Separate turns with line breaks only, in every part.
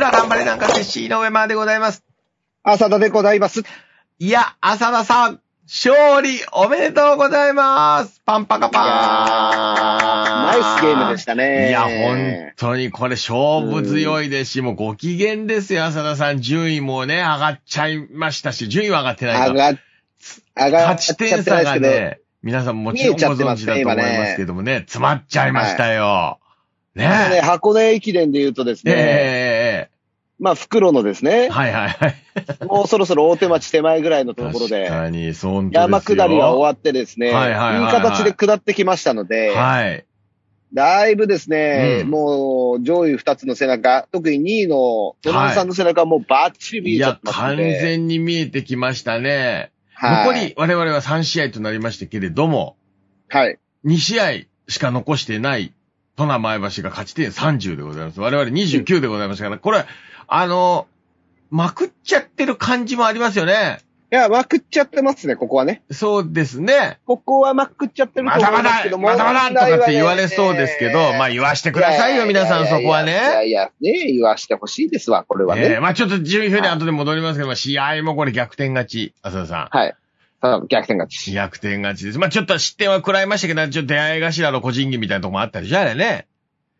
博士、シーノウェマーでございます。
浅田でございます。
いや、浅田さん、勝利おめでとうございますパンパカパーン
いやナイスゲームでしたね。
いや、本当にこれ勝負強いですし、もうご機嫌ですよ、浅田さん。順位もね、上がっちゃいましたし、順位は上がってないか。
上がっ、上がっち
8
ゃってない
点
です
差が
けど、
ね、皆さんもちろんご存知だと思いますけどもね、詰まっちゃいましたよ。
まあね
ね
箱根駅伝で言うとです
え。ええ
ね、まあ、袋のです
ええ
ね、
はいはいはい。
もうそろそろ大手町手前ぐらいのところ
確
で、
かに、そうですよ
山下りが終わってですね、
はいはいはいはい
い形で下ってきましたので、
はい。
だいぶですね、
うん
もう上位2つの背中、特に2位のドランさんの背中はもうバッチリ見
い
えちゃ
や
っ、てます
完
んで。
全に見えてきましたね。
はい
残り、我々は3試合となりましたけれども、
はい。
2試合しか残してない、トナ前橋が勝ち点30でございます。我々29でございますから、これ、あの、まくっちゃってる感じもありますよね。
いや、まくっちゃってますね、ここはね。
そうですね。
ここはまくっちゃってる
ま
と思
だ
い
ま
ますけ
だ、
ども。
まだまだとかって言われそうですけど、まあ
っ
言わしてくださいよ、皆さんそこはい
や
ね。
いや、ね言わしてほしいですわ、これは
ええ
ね。
まあちょっと順位表に後で戻りますけど、まあ試合もこれ逆転勝ち、浅田さん。
はい。ただ逆転勝ち。
逆転勝ちです。まあ、ちょっと失点は食らいましたけど、ちょっと出会い頭の個人技みたいなとこもあったりじゃあれね。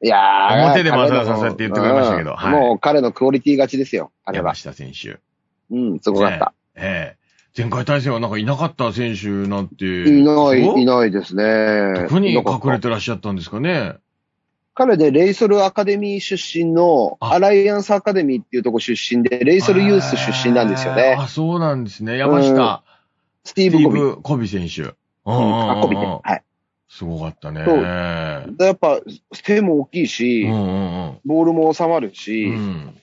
いやー。
表でも
彼の
浅田さんそうやって言ってくれましたけど
うん
はい
もう彼のクオリティ勝ちですよ、あれ
山。
は
下選手。
うん、すごかった。
ええ前回対戦はなんかいなかった選手なんて。
いない、い
い。
ないですね。
どこに
いなか
隠
った
れてらっしゃったんですかね。
彼でレイソルアカデミー出身の、
あ
アライアンスアカデミーっていうとこ出身で、レイソルユース出身なんですよ
あー
ね。
あ、そうなんですね。山下、
スティ
ス
ー
ティー
ブ・コビ。うん
ブ・コビ選手。うんうんうん
あ、コビね。はい。
すごかったね。
そう
う
でやっぱ、手も大きいし、
んうん
ボールも収まる
うん。う
し、
ん。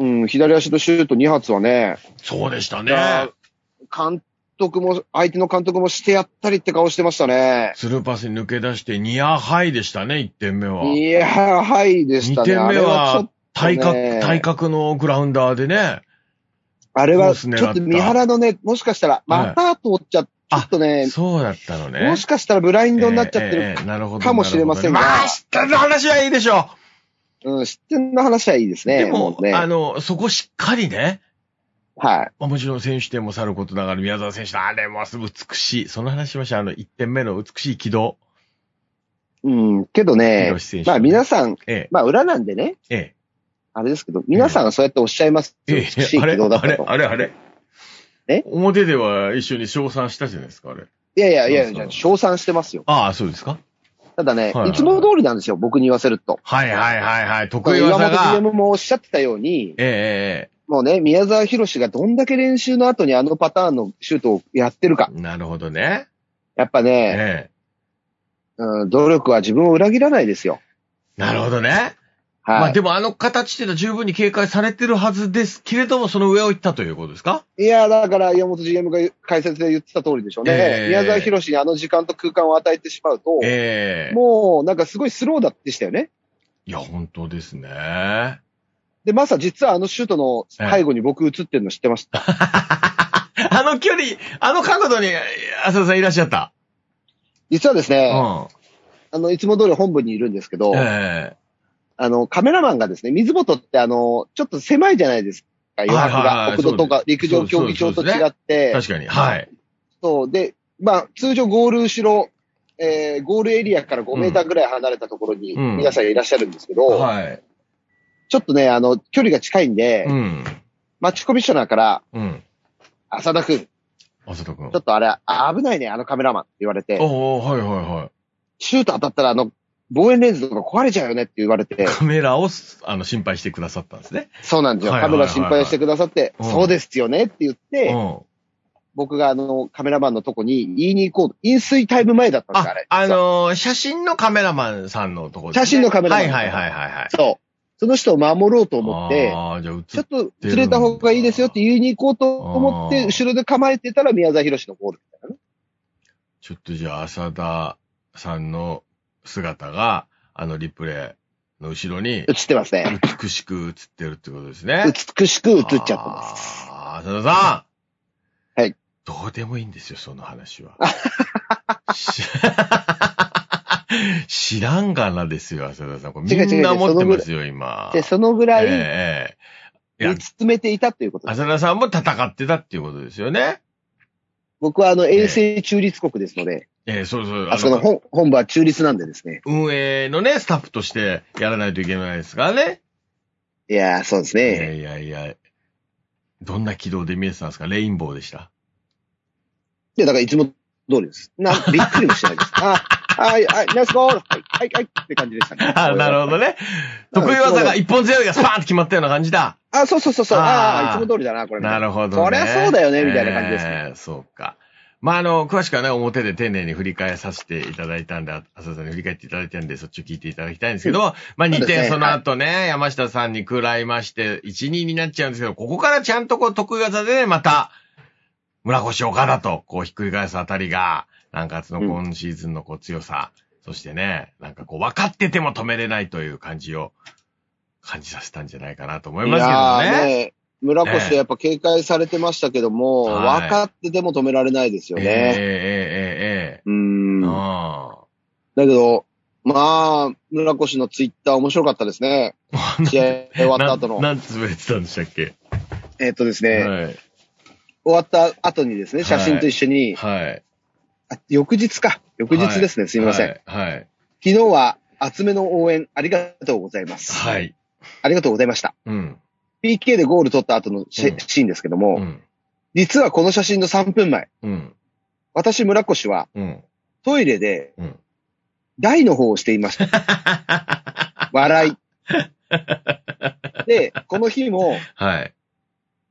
うん、左足のシュート2発はね、
そうでした
いや
ね
ー。監督も、相手の監督もしてやったりって顔してましたね。
スルーパスに抜け出してニアハイでしたね、1点目は。
いやー、はいでし
2
たね。
点目
あれはちょっ
は
と、
体格、
ね
体格のグラウンダーでね、
あれ
コ
は
ース
ち
狙った
ょっと三原のね、もしかしたら、また通っちゃっちょ
あ
っとね、
そうだったのね。
もしかしたらブラインドになっちゃって
えええ
る
えなるほど
かもしれませんが
なるほどねまあ、知ったの話はいいでしょ
うん、失点の話はいいです
う。
ね。
でも、
うね、
あ
はい。
の、そこしっかりね、
はい
まあもちろん選手点もさることながら、宮沢選手のあれもすごい美しい。その話しました。あの、1点目の美しい軌道。
うん、けどね
広瀬選、手
まあ皆さん、
え
まあ裏なんでね、
え、え
あれですけど、皆さんそうやっておっしゃいます。
え、え
美し
え、
い
あれ、
軌道だっ
あ
た
れ、
と。
あれ、あれ。
え
表では一緒に称賛したじゃないですか、あれ。
いやいやい
そう
や、
そう
じゃあ称賛してますよ。
ああ、そうですか
ただね
はいは、い
いつも通りなんですよ、僕に言わせると。
はいはいはいはい。得意
岩
技が。
本
え
GM もおっしゃってたように、
え、ええ、ええ。
もうね、宮沢博士がどんだけ練習の後にあのパターンのシュートをやってるか。
なるほどね。
やっぱ
え
ね、
え。
うん、努力は自分を裏切らないですよ。
なるほどね。ま
は
あ
い
で。もあの形っていうのは十分に警戒されてるはずですけれども、その上を行ったということですか
いや、だから岩本 GM が解説で言ってた通りでしょう
え
ね
え。
宮沢博士にあの時間と空間を与えてしまうと、
ええ
もうなんかすごいスローだでしたよね。
いや、本当ですね。
で、まさ実はあのシュートの背後に僕映ってるの知ってました。
あの距離、あの角度に、浅田さんいらっしゃった。
実はです
う
ね、
ん。
あの、いつも通り本部にいるんですけど、
え
あの、カメラマンがですね、水元ってあの、ちょっと狭いじゃないですか、余白
はいはいは
が。
い
国土とか陸
そ
上
うです
競技場と違っ
え
て、
確かに。はい。
そう、で、まあ、通常ゴール後ろ、えーゴールエリアから5メーターぐらい離れたところに
うん
皆さんいらっしゃるんですけど、
はい。
ちょっとね、あの、距離が近いんで、
うん。
マッチコミッショナーから、
うん。
浅田くん、ち
浅田君
ょ。っとあれ、危ないね、あのカメラマンって言われて、
おおはいはいはい。
シュート当たったら、あの、望遠レンズとか壊れちゃうよねって言われて、
カメラを、あの、心配してくださったんですね。
そうなんですよ。
はい
カ
はいはい
メ
はい
ラ心配してくださって、
うん
そうですよねって言っ
う
て、
ん。
僕があの、カメラマンのとこに言いに行こう。飲水タイム前だったんですよ、あ
あ
れ。、
あのー写真のカメラマンさんのところ
写真のカメラマン
はいはいはいはいはい。
そう。その人を守ろうと思って、
ああ、じゃあ映っ
ちょっと釣れた方がいいですよって言いに行こうと思っ
あー
て、後ろで構えてたら宮沢博士のゴールみたいなね。
ちょっとじゃあ、浅田さんの姿が、あのリプレイの後ろに、
映ってますね。
美しく映ってるってことですね。
美しく映っちゃってます。
す。浅田さん
はい。
どうでもいいんですよ、その話は。し知らんがなですよ、浅田さん。これ
違う違う
みんな
違う
持ってますよ、今。
で、そのぐらい、
ええや
煮詰めていたということです。
浅田さんも戦ってたっていうことですよね。
僕はあの、永世中立国ですので、
えーそうそう。
あそこの本本部は中立なんでですね。
運営のね、スタッフとしてやらないといけないですからね。
いやー、そうです
い
ね。
やいやいや。どんな軌道で見えてたんですかレインボーでした。
いや、だからいつも通りです。な、びっくりもしてないです。あ、はい、はい、ナイスゴールはい、はい、はい、って感じでしたね。
あなるほどね。
うん
得意技が
いつも通り
一本強いがスパーンって決まったような感じだ。
あ、そうそうそうそう。
あー
ああー、いつも通りだな、これ。
なるほど、ね。
そりゃそうだよねみたいな感じですね
えーそうか。まあ、あの、詳しくはね、表で丁寧に振り返させていただいたんで、あ浅田さんに振り返っていただいたんで、そっちを聞いていただきたいんですけども、まあ、
そう
2
ですね
点その後ね、山下さんに食らいまして、1、2になっちゃうんですけど、ここからちゃんとこう、得意技でね、また、村越岡田と、こう、ひっくり返すあたりが、なんかその今シーズンのこう、強さ、そしてね、なんかこう、分かってても止めれないという感じを、感じさせたんじゃないかなと思いますけ
や
ど
ー
ね。
ね。村越やっぱ警戒されてましたけども、
はい
分かってても止められないですよ
えええ
ね。
えええ
うーん。だ
あ
けど、まあ、村越のツイッター面白かったですね。
あ。
試合終わった後の。
何つぶれてたんでしたっけ
えっとですね、
はい。
終わった後にですね、写真と一緒に、
はい。
あ翌日か。翌日ですね、すみません。
はい。はい。
昨日は厚めの応援ありがとうございます。
はい。
ありがとうございました。
うん。
PK でゴール取った後のシ,、
うん
シーンですけども、
うん。
実はこの写真の3分前、
うん。
私村越は
うん。
トイレで
うん。
台の方をしていました。 笑い。で、この日も、
はい。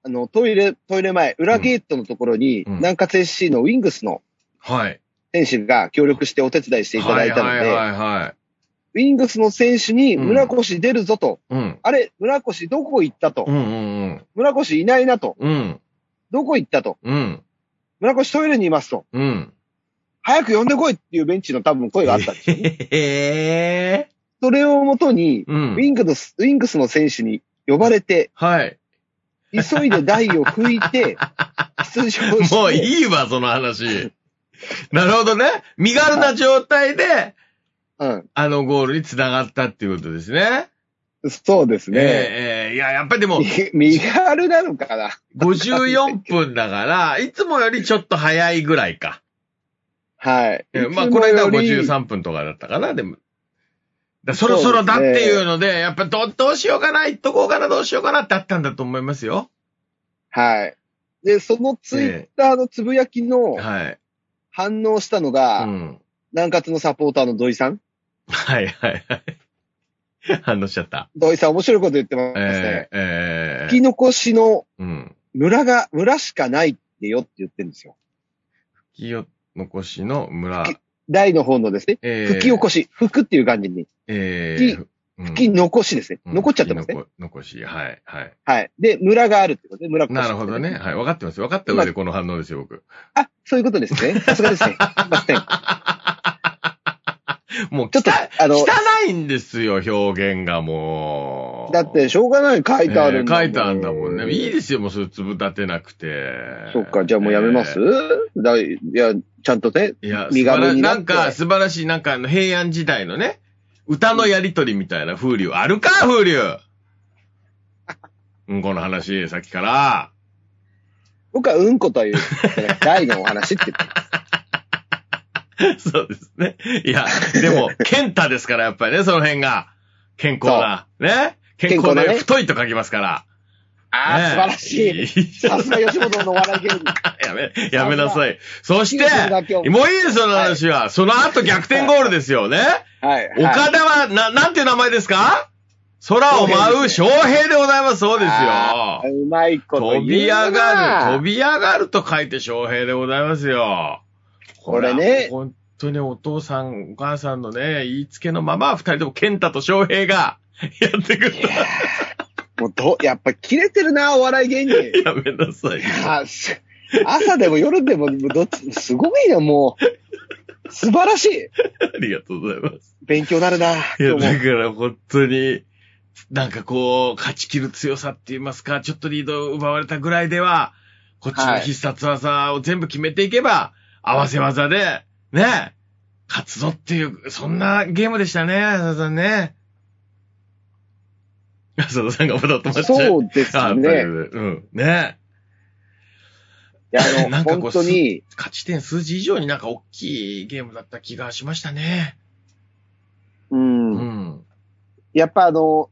あの、トイレ、トイレ前、裏ゲートのところに、
うん
南葛 SC のウィングスの
はい。
選手が協力してお手伝いしていただいたの
はいは
で、
いは
ウィングスの選手に
うん
村越出るぞと、
い。うん。
あれ、村越どこ行ったと
う、んうん
村越いないなと、
うん。うん。
どこ行ったと、
うん。
村越トイレにいますと、
うん。
早く呼んでこいっていうベンチの多分声があったんです。
ええ。
それをもとに、
う
ウ
ん。
ィングのス、ウィングスの選手に呼ばれ て、
はい。
急いで台を拭いて、出場して。
もういいわ、その話。なるほどね。身軽な状態で、
うん。
あのゴールに繋がったっていうことですね。
そうですね。
ええええいや、やっぱりでも、
み身軽なのかな
54分だから、いつもよりちょっと早いぐらいか。
はい。
えまあ、この間はい
つもより。
53分とかだったかな、でも。だそろそろだっていうので、やっぱどどうしようかな、行っとこうかな、どうしようかなってあったんだと思いますよ。
はい。で、そのツイッターのつぶやきの
はい。
反応したの
う
が、
ん。
南葛のサポーターの土井さん。
はいはいはい。 反応しちゃった。
土井さん面白いこと言ってますね。
えええ
吹
え
き残しの
うん。
村が、村しかないってよって言ってるんですよ。
吹き残しの村。
台の方のですね。
ええ
吹き起こし、吹くっていう感じに。
ええうん
吹き残しですね。
うん
残っちゃってますね。
吹き残残し、はい、はい。
はい。で、村があるってことで、村越、
なるほどね。。はい。分かってます。分かった上でこの反応ですよ、僕。
あ、そういうことです ね。さすがですね。すいません。
もう、
ちょっと、あの、
汚いんですよ、表現がもう。
だって、しょうがない書
え
い
ー、
てあるんだもん、
書いてあるんだもんね。いいですよ、もうそれ粒立てなくて。
そっか、じゃあもうやめます、
え
だいいや、ちゃんとね。
ーいや、
身
素
軽
晴ら
にな
な
って
んか、素晴らしい、なんかあの、平安時代のね、歌のやりとりみたいな風流。あるか、風流 うんこの話、さっきから。
僕はうんことは言ってない。大のお話って 言ってます。
そうですね。いや、でも、健太ですから、やっぱりね、その辺が。健康な。ね健康
健康な
で
ね
太いと書きますから。
ああ、
ね
素晴らしい。
い。
さすが吉本のお笑い芸人。
やめ、やめなさい。そして、
が今日も
もういいです、その話は。その後逆転ゴールですよね。
はい。はい
岡田は、な、なんていう名前ですか空を舞う翔平でございます。そうです
あ
よ。
ーうまいこと言
飛
うな。
び上がる、飛
び。
び上がると書いて翔平でございますよ。
これね
こは本当にお父さん、お母さんのね、言いつけのまま、二人とも健太と翔平がやってくる。
もうど、やっぱ切れてるな、お笑い芸人。
やめなさい。
あす朝でも夜でも、どっち、すごいな、もう。素晴らしい。
ありがとうございます。
勉強になるな。
いや、
今日も
だから本当に、なんかこう、勝ち切る強さって言いますか、ちょっとリードを奪われたぐらいでは、こっちの
はい
必殺技を全部決めていけば、合わせ技で、ね、勝つぞっていう、そんなゲームでしたね、浅田さんね。浅田さんがまだ止まっちゃう。
そうです
あと
ね
い。うことでうん。ね
いや、
な
あ
ん
の、
かこう
本当に、
勝ち点数字以上になんか大きいゲームだった気がしましたね。
う。
うんん。
やっぱあの、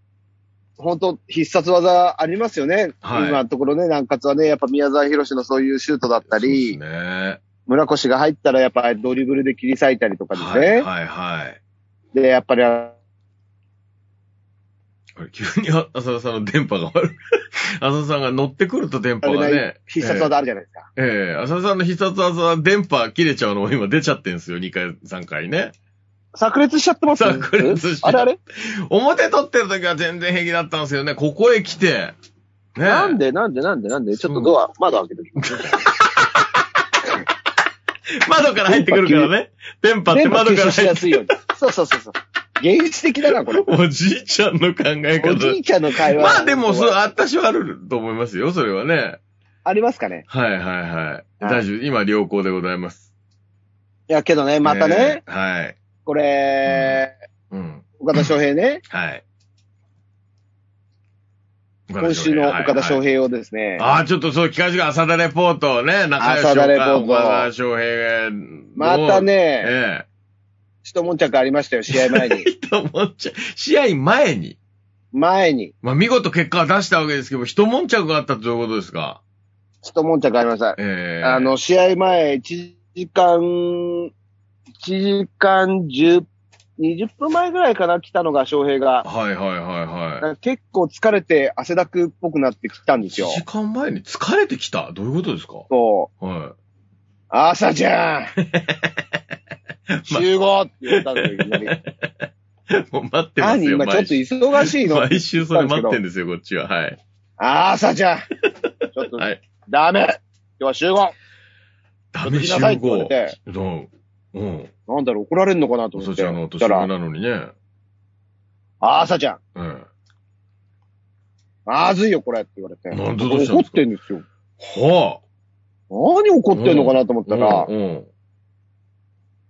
本当必殺技ありますよね。
はい
今のところね、南葛はね、やっぱ宮沢博士のそういうシュートだったり、
そうですね。
村越が入ったらやっぱりドリブルで切り裂いたりとかです
は
ね。
いはいはい。
で、やっぱりあ
あれ急にあ浅田さんの電波が悪い。 浅田さんが乗ってくると電波
危
が
ない
ね。
必殺技あるじゃないですか。
ええ。ええ浅田さんの必殺技は電波切れちゃうのも今出ちゃってんすよ、2回、3回ね。
炸裂しちゃってます
炸裂しちゃ
あ
う
れあれ
表取ってる時は全然平気だったんですよね。ここへ来て。ね
なんでなんでなんでなんでちょっとドア、窓開けてきます。
窓から入ってくるからね。電波って
電波
窓
吸
から
収し
入っ
やすいように。そうそうそうそう。原始的だな、これ。
て。おじいちゃんの考え
おじ
方。
いちゃんの会話。
まあでも、そう、私はあると思いますよ、それはね。
ありますかね。
はいはいはい。大丈夫。今、良好でございます。
いや、けどね、またね、
えー。はい。
これ、
うん。
岡田翔平ね、
はい。
今週の岡田翔
平。
平をですね、
ああー、ちょっとそう、聞かせてください。浅田レポートね。中吉
浅田レポート
岡田翔平が。
また
どう。
ね、
え
ちょっともんちゃくありましたよ、試合前に
え。。 一悶着。試合前に。
前に、
まあ、見事結果は出したわけですけど、一悶着があったということですか。
ちょっともんちゃくありました。
ええ
あ、の、試合前、1時間、1時間10、20分前ぐらいかな、来たのが翔平が。
はいはいはいはい。
結構疲れて汗だくっぽくなってきたんですよ
1。時間前に疲れてきたどういうことですか
そう。
は
朝じ ゃん集合って言ったんだけど、 いきなり。
い。 もう待ってます
何
よ。
今ちょっと忙しいの
毎週それ待ってんですよ、こっちは。はい。
朝じゃんちょっと、
はい
ダメ今日は集合
ダメ
ち
集
ょっと行きなさいって言わ
合
れ。て
うん。うん。
なんだろう、怒られんのかなと思
そ
っ
ち
て。
らの年
だか
上
ら、
なのにね。
朝じゃん
うん。
まずいよ、これって言われて。
なんでどうしたん
怒
ですか
ってんですよ。
は
何怒ってんのかなと思っ
あ。
たら、
うんうん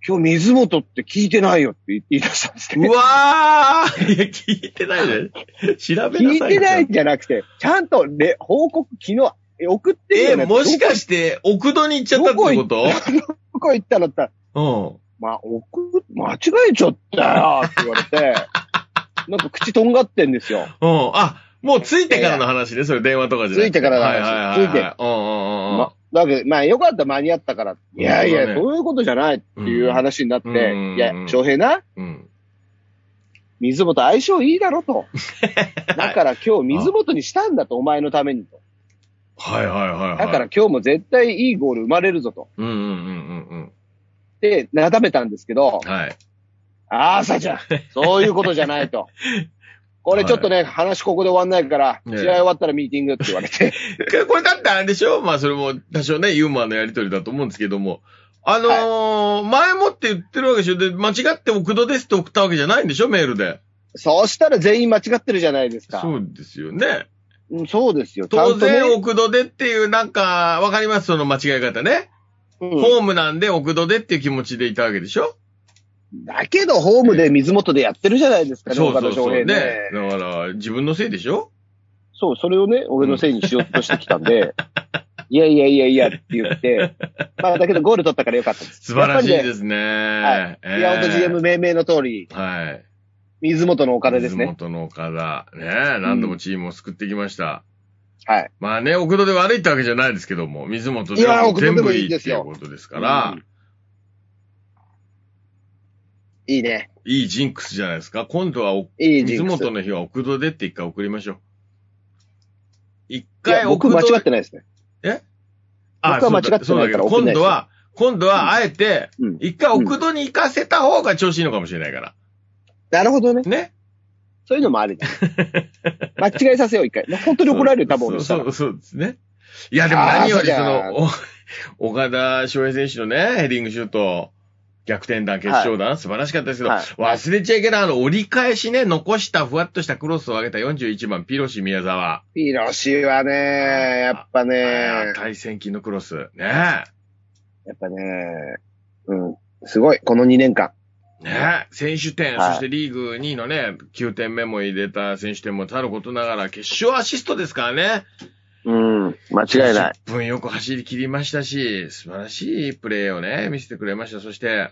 今日水元って聞いてないよって言い言い出したんですけ
う
ど、
わーいや、聞いてないで。調べなさいよ。
聞いてないん
ち
じゃなくて、ちゃんとレ報告昨日え送ってる
ゃ
よ
んと
ね。
え、もしかして、奥戸に行っちゃったってこと
どこ行ったのって言ったら、
うん。
まあ、送、間違えちゃったよって言われて、 なんか口とんがってんですよ。
うん。あ、もうついてからの話ね、それ電話とかじゃなく
ついてからの話
はいはいはいはい。
ついて
うんうんうんうん。
ま、だけど、まあ、よかった、間に合ったから。いやい
そうだ
や、
ね
そういうことじゃないっていう話になって、
うん
いや、翔平な、
うん。
水元相性いいだろと。 だから今日水元にしたんだと、お前のためにと。
はいはいはいはい。
だから、今日も絶対いいゴール生まれるぞと。
うんうんうんうん
で、なだめたんですけど
うん。、はい。
ああ、さ ちゃん、そういうことじゃないと。これちょっとね、話ここで終わんないから、
ね
試合終わったらミーティングって言われて、
けどこれだってあれでしょまあそれも多少ね、ユーモアのやりとりだと思うんですけども。あのー前もって言ってるわけでしょで、間違って奥戸ですって送ったわけじゃないんでしょメールで。
そうしたら全員間違ってるじゃないですか。
そうですよね。
うんそうですよ。ちゃ
当
んとね、
然奥戸でっていうなんか、わかりますその間違い方ね。
うん
ホームなんで奥戸でっていう気持ちでいたわけでしょ
だけど、ホームで水元でやってるじゃないですかね、
そう
岡
そ
田
うそ
翔
う
平ね。
ね。だから、自分のせいでしょ
そう、それをね、俺のせいにしようとしてきたんで、 いやいやいやいやって 言って、まあだけどゴール取ったからよかったです。
素晴らしい
やっぱり
で
ね。
すね。
はい。
えー
岩本 GM 命名の通り、
はい。
水元のお金ですね。
水本の岡田。ねえ、何度もチームを救ってきました。
はい。
まあね、奥戸で悪いってわけじゃないですけども、水本
い
で
や
は
ー
もう全
奥戸でも
部
い
い
い
いっ
で
て
す
い
よ
うことですから
うん、いいね。
いいジンクスじゃないですか。今度はお、
いいジ
水
ンクス。
本の日は奥戸でって一回送りましょう。一
い
回
や、
奥
僕
戸
間違ってないですね。
あ
僕は間違ってないから
そうだそうだけど
送ん
今
ないです
度は、今度はあえて、
うん。
一回奥戸に行かせた方が調子いいのかもしれないから。
なるほどね。
ね。
そういうのもあ りだ。間違えさせよう、一回。本当に怒られるよ、多分俺した
そ
ら
う、そうそうですね。いや、でも何より、
あー
そ
そう
の、お 岡田翔平選手のね、ヘディングシュート、逆転弾、決勝弾、素晴らしかったですけど、
はい
忘れちゃいけない、あの、折り返しね、残したふわっとしたクロスを上げた41番、ピロシ宮沢。
ピロシはね、やっぱ
え
ね
ー、、対戦金のクロス。ね
やっぱね、うん、すごい、この2年間。
ね選手点、
はい
そしてリーグ2位のね、9点目も入れた選手点もさることながら、決勝アシストですからね。
うん、間違いない。
10分よく走り切りましたし、素晴らしいプレーをね、見せてくれました。そして、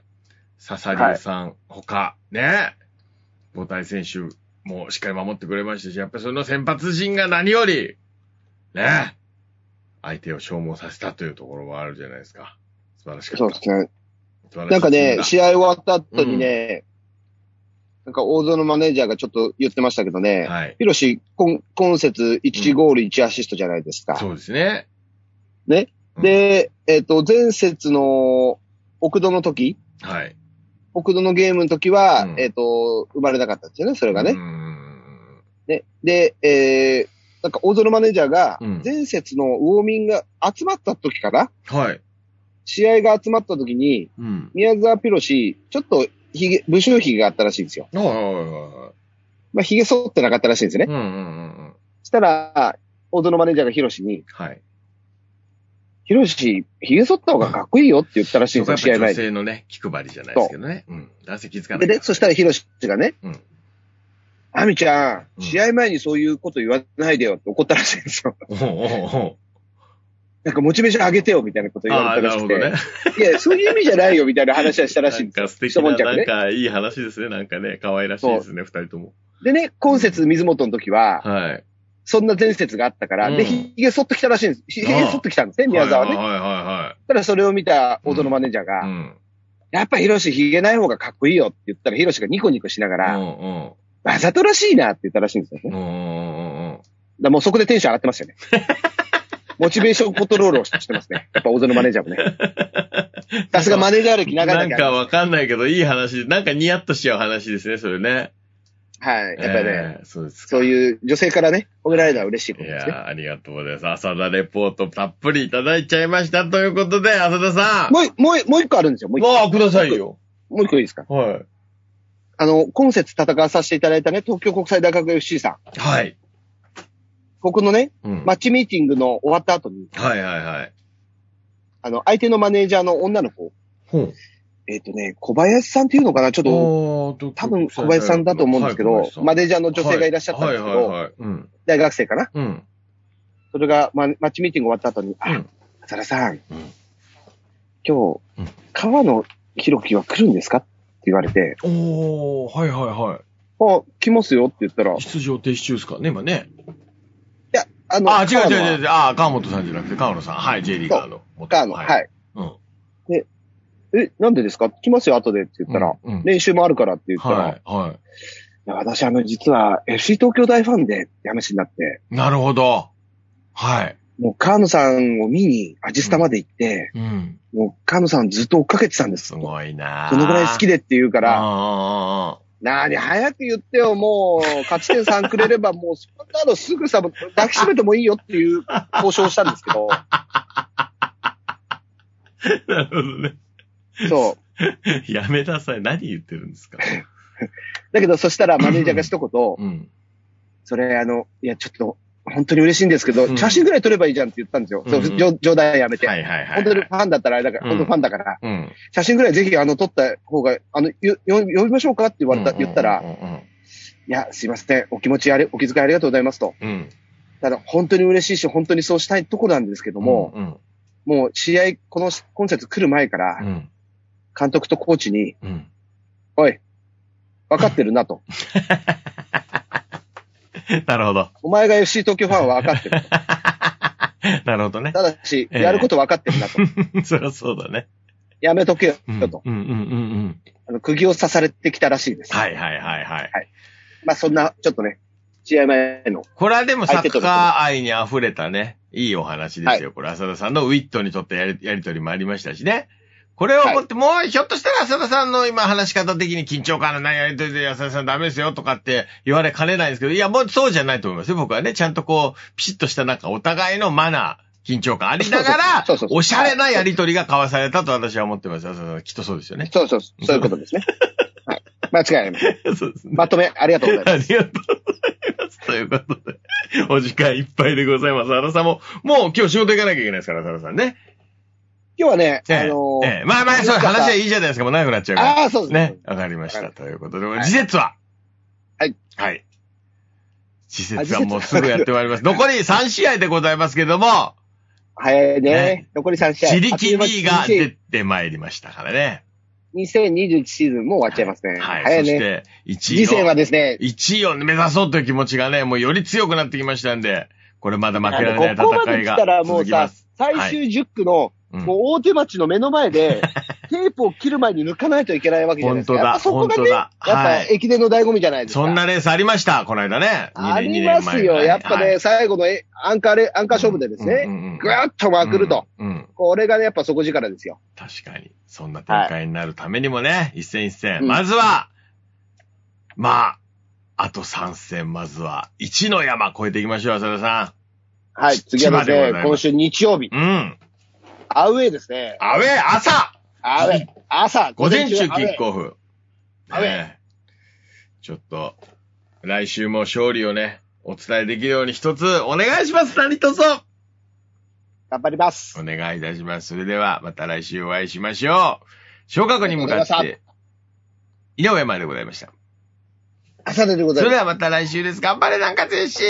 笹流さん、他、ね、母体選手もしっかり守ってくれましたし、やっぱりその先発陣が何より、ね、相手を消耗させたというところはあるじゃないですか。素晴らしかった。
そうですね。
素晴らしい
なんかね、
チ
試合終わった後にね、なんか大園マネージャーがちょっと言ってましたけ
ー
ど
ム
ね
だ、はい。
ヒロシ、今今節1ゴール1アシストじゃないですか。
そうですね。う
で、えっ、と、前節の奥戸の時、
はい。
奥戸のゲームの時は、
うん
えっ、と、生まれなかったんですよね、それがね。
うーん。
ねで、えー、なんか大園マネージャーが
うん、
前節のウォーミングが集まった時かな、
はい。
試合が集まった時に、
うん。
宮沢ピロシ、ちょっとひげ、武州髭があったらしいんですよ。
おいおいお
まあ、髭剃ってなかったらしいんです
いおい。
ね。
うんうんうんうん。
したら、大園マネージャーがヒロシに、
はい。
ヒロシ、髭剃った方がかっこいいよって言ったらしいん
そ
です
こ
よ、
は
試
や
合
っぱり女
前に。
性のね、気配りじゃないですけどね。うん。男性気づかな
で
いから。
ね、そしたらヒロシがね
うん、
アミちゃ
うん
ん、試合前にそういうこと言わないでよって怒ったらしいんですよ。
おうおうお
なんかモチベーション上げてよみたいなこと
う
言
あ
わ
あ、
れたら
なる
し
ほ
く
どね
て。。いや、そういう意味じゃないよみたいな話はしたらしい
なん
んですよ。
か素敵な、
一悶着
な
ね
んかいい話ですね。なんかね、可愛らしいですね、二人とも。
でね、今節水本の時は、
はい。
そんな前説があったから、
うん
で、ひげ剃ってきたらしいんです。ひげ剃ってきたんですね、宮沢はね。
はいはいは
ただそれを見た大園マネージャーが、
いはい。うん。
やっぱヒロシひげない方がかっこいいよって言ったら、ヒロシがニコニコしなが
う
ら、
んうん。
わざとらしいなって言ったらしいんですよね。
うん
だか
うんうんうん。
らもうそこでテンション上がってましたよ ね。モチベーションコントロールをしてますね。やっぱ大園マネージャーもね。さすがマネージャー歴長い
な
だけ
ん
あ
か
る
わかんないけど、いい話、なんかニヤッとしちゃう話ですね、それね。
はい。やっぱりね、
えー。そうですか。
そういう女性からね、褒められるのは嬉しいこ
い
とですね。
やーありがとうございます。浅田レポートたっぷりいただいちゃいました。ということで、浅田さん。
もうい、もうい、もう一個あるんですよ。もう一個。
わあ、くださいよ。
もう一個いいですか。
は
あの、今節戦わさせていただいたね、東京国際大学 FC さん。
い。はい。
僕のね、
うん
マッチミーティングの終わった後に、
はいはいはい。
あの、相手のマネージャーの女の子、
ほう。
えっ、とね、小林さんっていうのかなちょっと、
と
多分小林さんだと思うんですけど、マネージャーの女性がいらっしゃったんですけ
はいはい
ど、
はい。うん。
大学生かな
うん。
それがママッチミーティング終わった後に、
う
あ
ん、
浅田さん、
うん
今日、
うん
川野博樹は来るんですかって言われて、
おー、はいはいは
あ、来ますよって言ったら、い
い。出場停止中ですかね、今ね。
や、あの、
あ、違う
川野は
違う違う。あ、川本さんじゃなくて、川野さん。はい、J リーガーの。
川野、はい、
い。うん。
え、なんでですか来ますよ、後でって言ったら、
うん、
練習もあるからって言ったら、
はい、はい
や私、あの、実は FC 東京大ファンでって話になって、
い。なるほど。はい。
もう川野さんを見にアジスタまで行って、
うん。
もう川野さんずっと追っかけてたんです。
す
そ
ごいな
のぐらい好き
だ
でって言うか、
からあ
なーに、早く言ってよ、もう、勝ち点3くれ れば、もう、そんなのすぐさ、抱きしめてもいいよっていう交渉をしたんです けど、
ー。 なるほどね。
そう。
やめなさい。何言ってるんですか。
だけど、そしたらマネージャーが一言、
うん。
それ、あの、いや、ちょっと、本当に嬉しいんですけ
う
ど、
ん
写真ぐらい撮ればいいじゃんって言ったんですよ。
うん
そう冗冗談やめて。
はいはいはい。
本当にファンだったらあれだから、
うん
本当ファンだから、
うん。
写真ぐらいぜひ、あの、撮った方が、あの、よよ呼びましょうかって言われた、言ったら、
うんうん
いや、すいません。お気持ちあれ、お気遣いありがとうございますと。
うんうん。
ただ、本当に嬉しいし、本当にそうしたいとこなんですけども、
うん、
もう試合、この今節来る前から
う、ん。
監督とコーチに、
うん。
おい、分かってるなと。
なるほど。
お前が FC 東京ファンは分かってる。
なるほどね。
ただし、
ええ
やること分かってるなと。
そりゃそうだね。
やめとけよ
うん、
と。
うん、うん、うんうん。
あの、釘を刺されてきたらしいです。
はいはいはいはい。
まあ、そんな、ちょっとね、試合前の。
これはでもサッカー愛に溢れたね、いいお話ですよ。これ、浅田さんのウィットにとってやりやりとりもありましたしね。これをもって、もうひょっとしたら浅田さんの今話し方的に緊張感のないやりとりで浅田さんダメですよとかって言われかねないんですけど、いやもうそうじゃないと思いますよ。僕はね、ちゃんとこう、ピシッとしたなんかお互いのマナー、緊張感ありながら
そうそうそうそうそう、そう
おしゃれなやりとりが交わされたと私は思ってます。浅田さんきっとそうですよね。
そうそう、そういうこ とですね。はい。間違いありません。
そうですね。
まとめ、ありがとうございます。
ありがとうございます。ということで、お時間いっぱいでございます。原さんも、もう今日仕事行かなきゃいけないですから、原さんね。
今日はね、
ええ
あのー
ええまあまあ、そう、話はいいじゃないですか。もう長くなっちゃうから。
ああ、そうです
ね。。わかりました。ということで、次節は
はい。
はい。次節はもうすぐやってまいります。残り3試合でございますけども、
早いね。
ね
残り3試合。
自力2位が
あっ
出てまいりましたからね。
という間に2021シーズンもう終わっちゃいますね。
はい。
早い
そし
ね。
て、1
次
位
戦は
を、
ですね、
1位を目指そうという気持ちがね、もうより強くなってきましたんで、これまだ負けられない
ここま
戦
で
い
来たら
が
も
続
う
きま
さ
す。、
最終10区
う
の、
ん
もう大手町の目の前 で、テープを切る前に抜かないといけないわけじゃないですか。
本当だ
やっぱそこが
本
ね、
当
や
だ
っぱ
はい
駅伝の醍醐味じゃないですか。
そんなレースありました、この間ね。2年
ありますよ。やっぱね、、最後のえアンカーレ、アンカー勝負でですね、ぐーっとまくると。。
うんうんうんうんうん。
これがね、やっぱ底力ですよ。
確かに。そんな展開になるためにもね、一戦一戦。
うん
まずは、まあ、あと3戦、まずは、1の山越えていきましょう、浅田さ
はい。次は
千葉で
で
ご
す
ざい
ね、
ます
今週日曜日、
ん。うん。
アウェイですね。
アウェー、朝
アウェイ。朝、
午前中キ
アウェイ
ックオフ。
アウェー
ねえちょっと、来週も勝利をね、お伝えできるように一つお願いします、何卒
頑張ります
お。願いいたします。それでは、また来週お会いしましょう。昇格に向かっ
あり
て、井上までございました。
朝でござ
そ
い
れで
ま。
すはまた来週です。頑張れ、南葛よし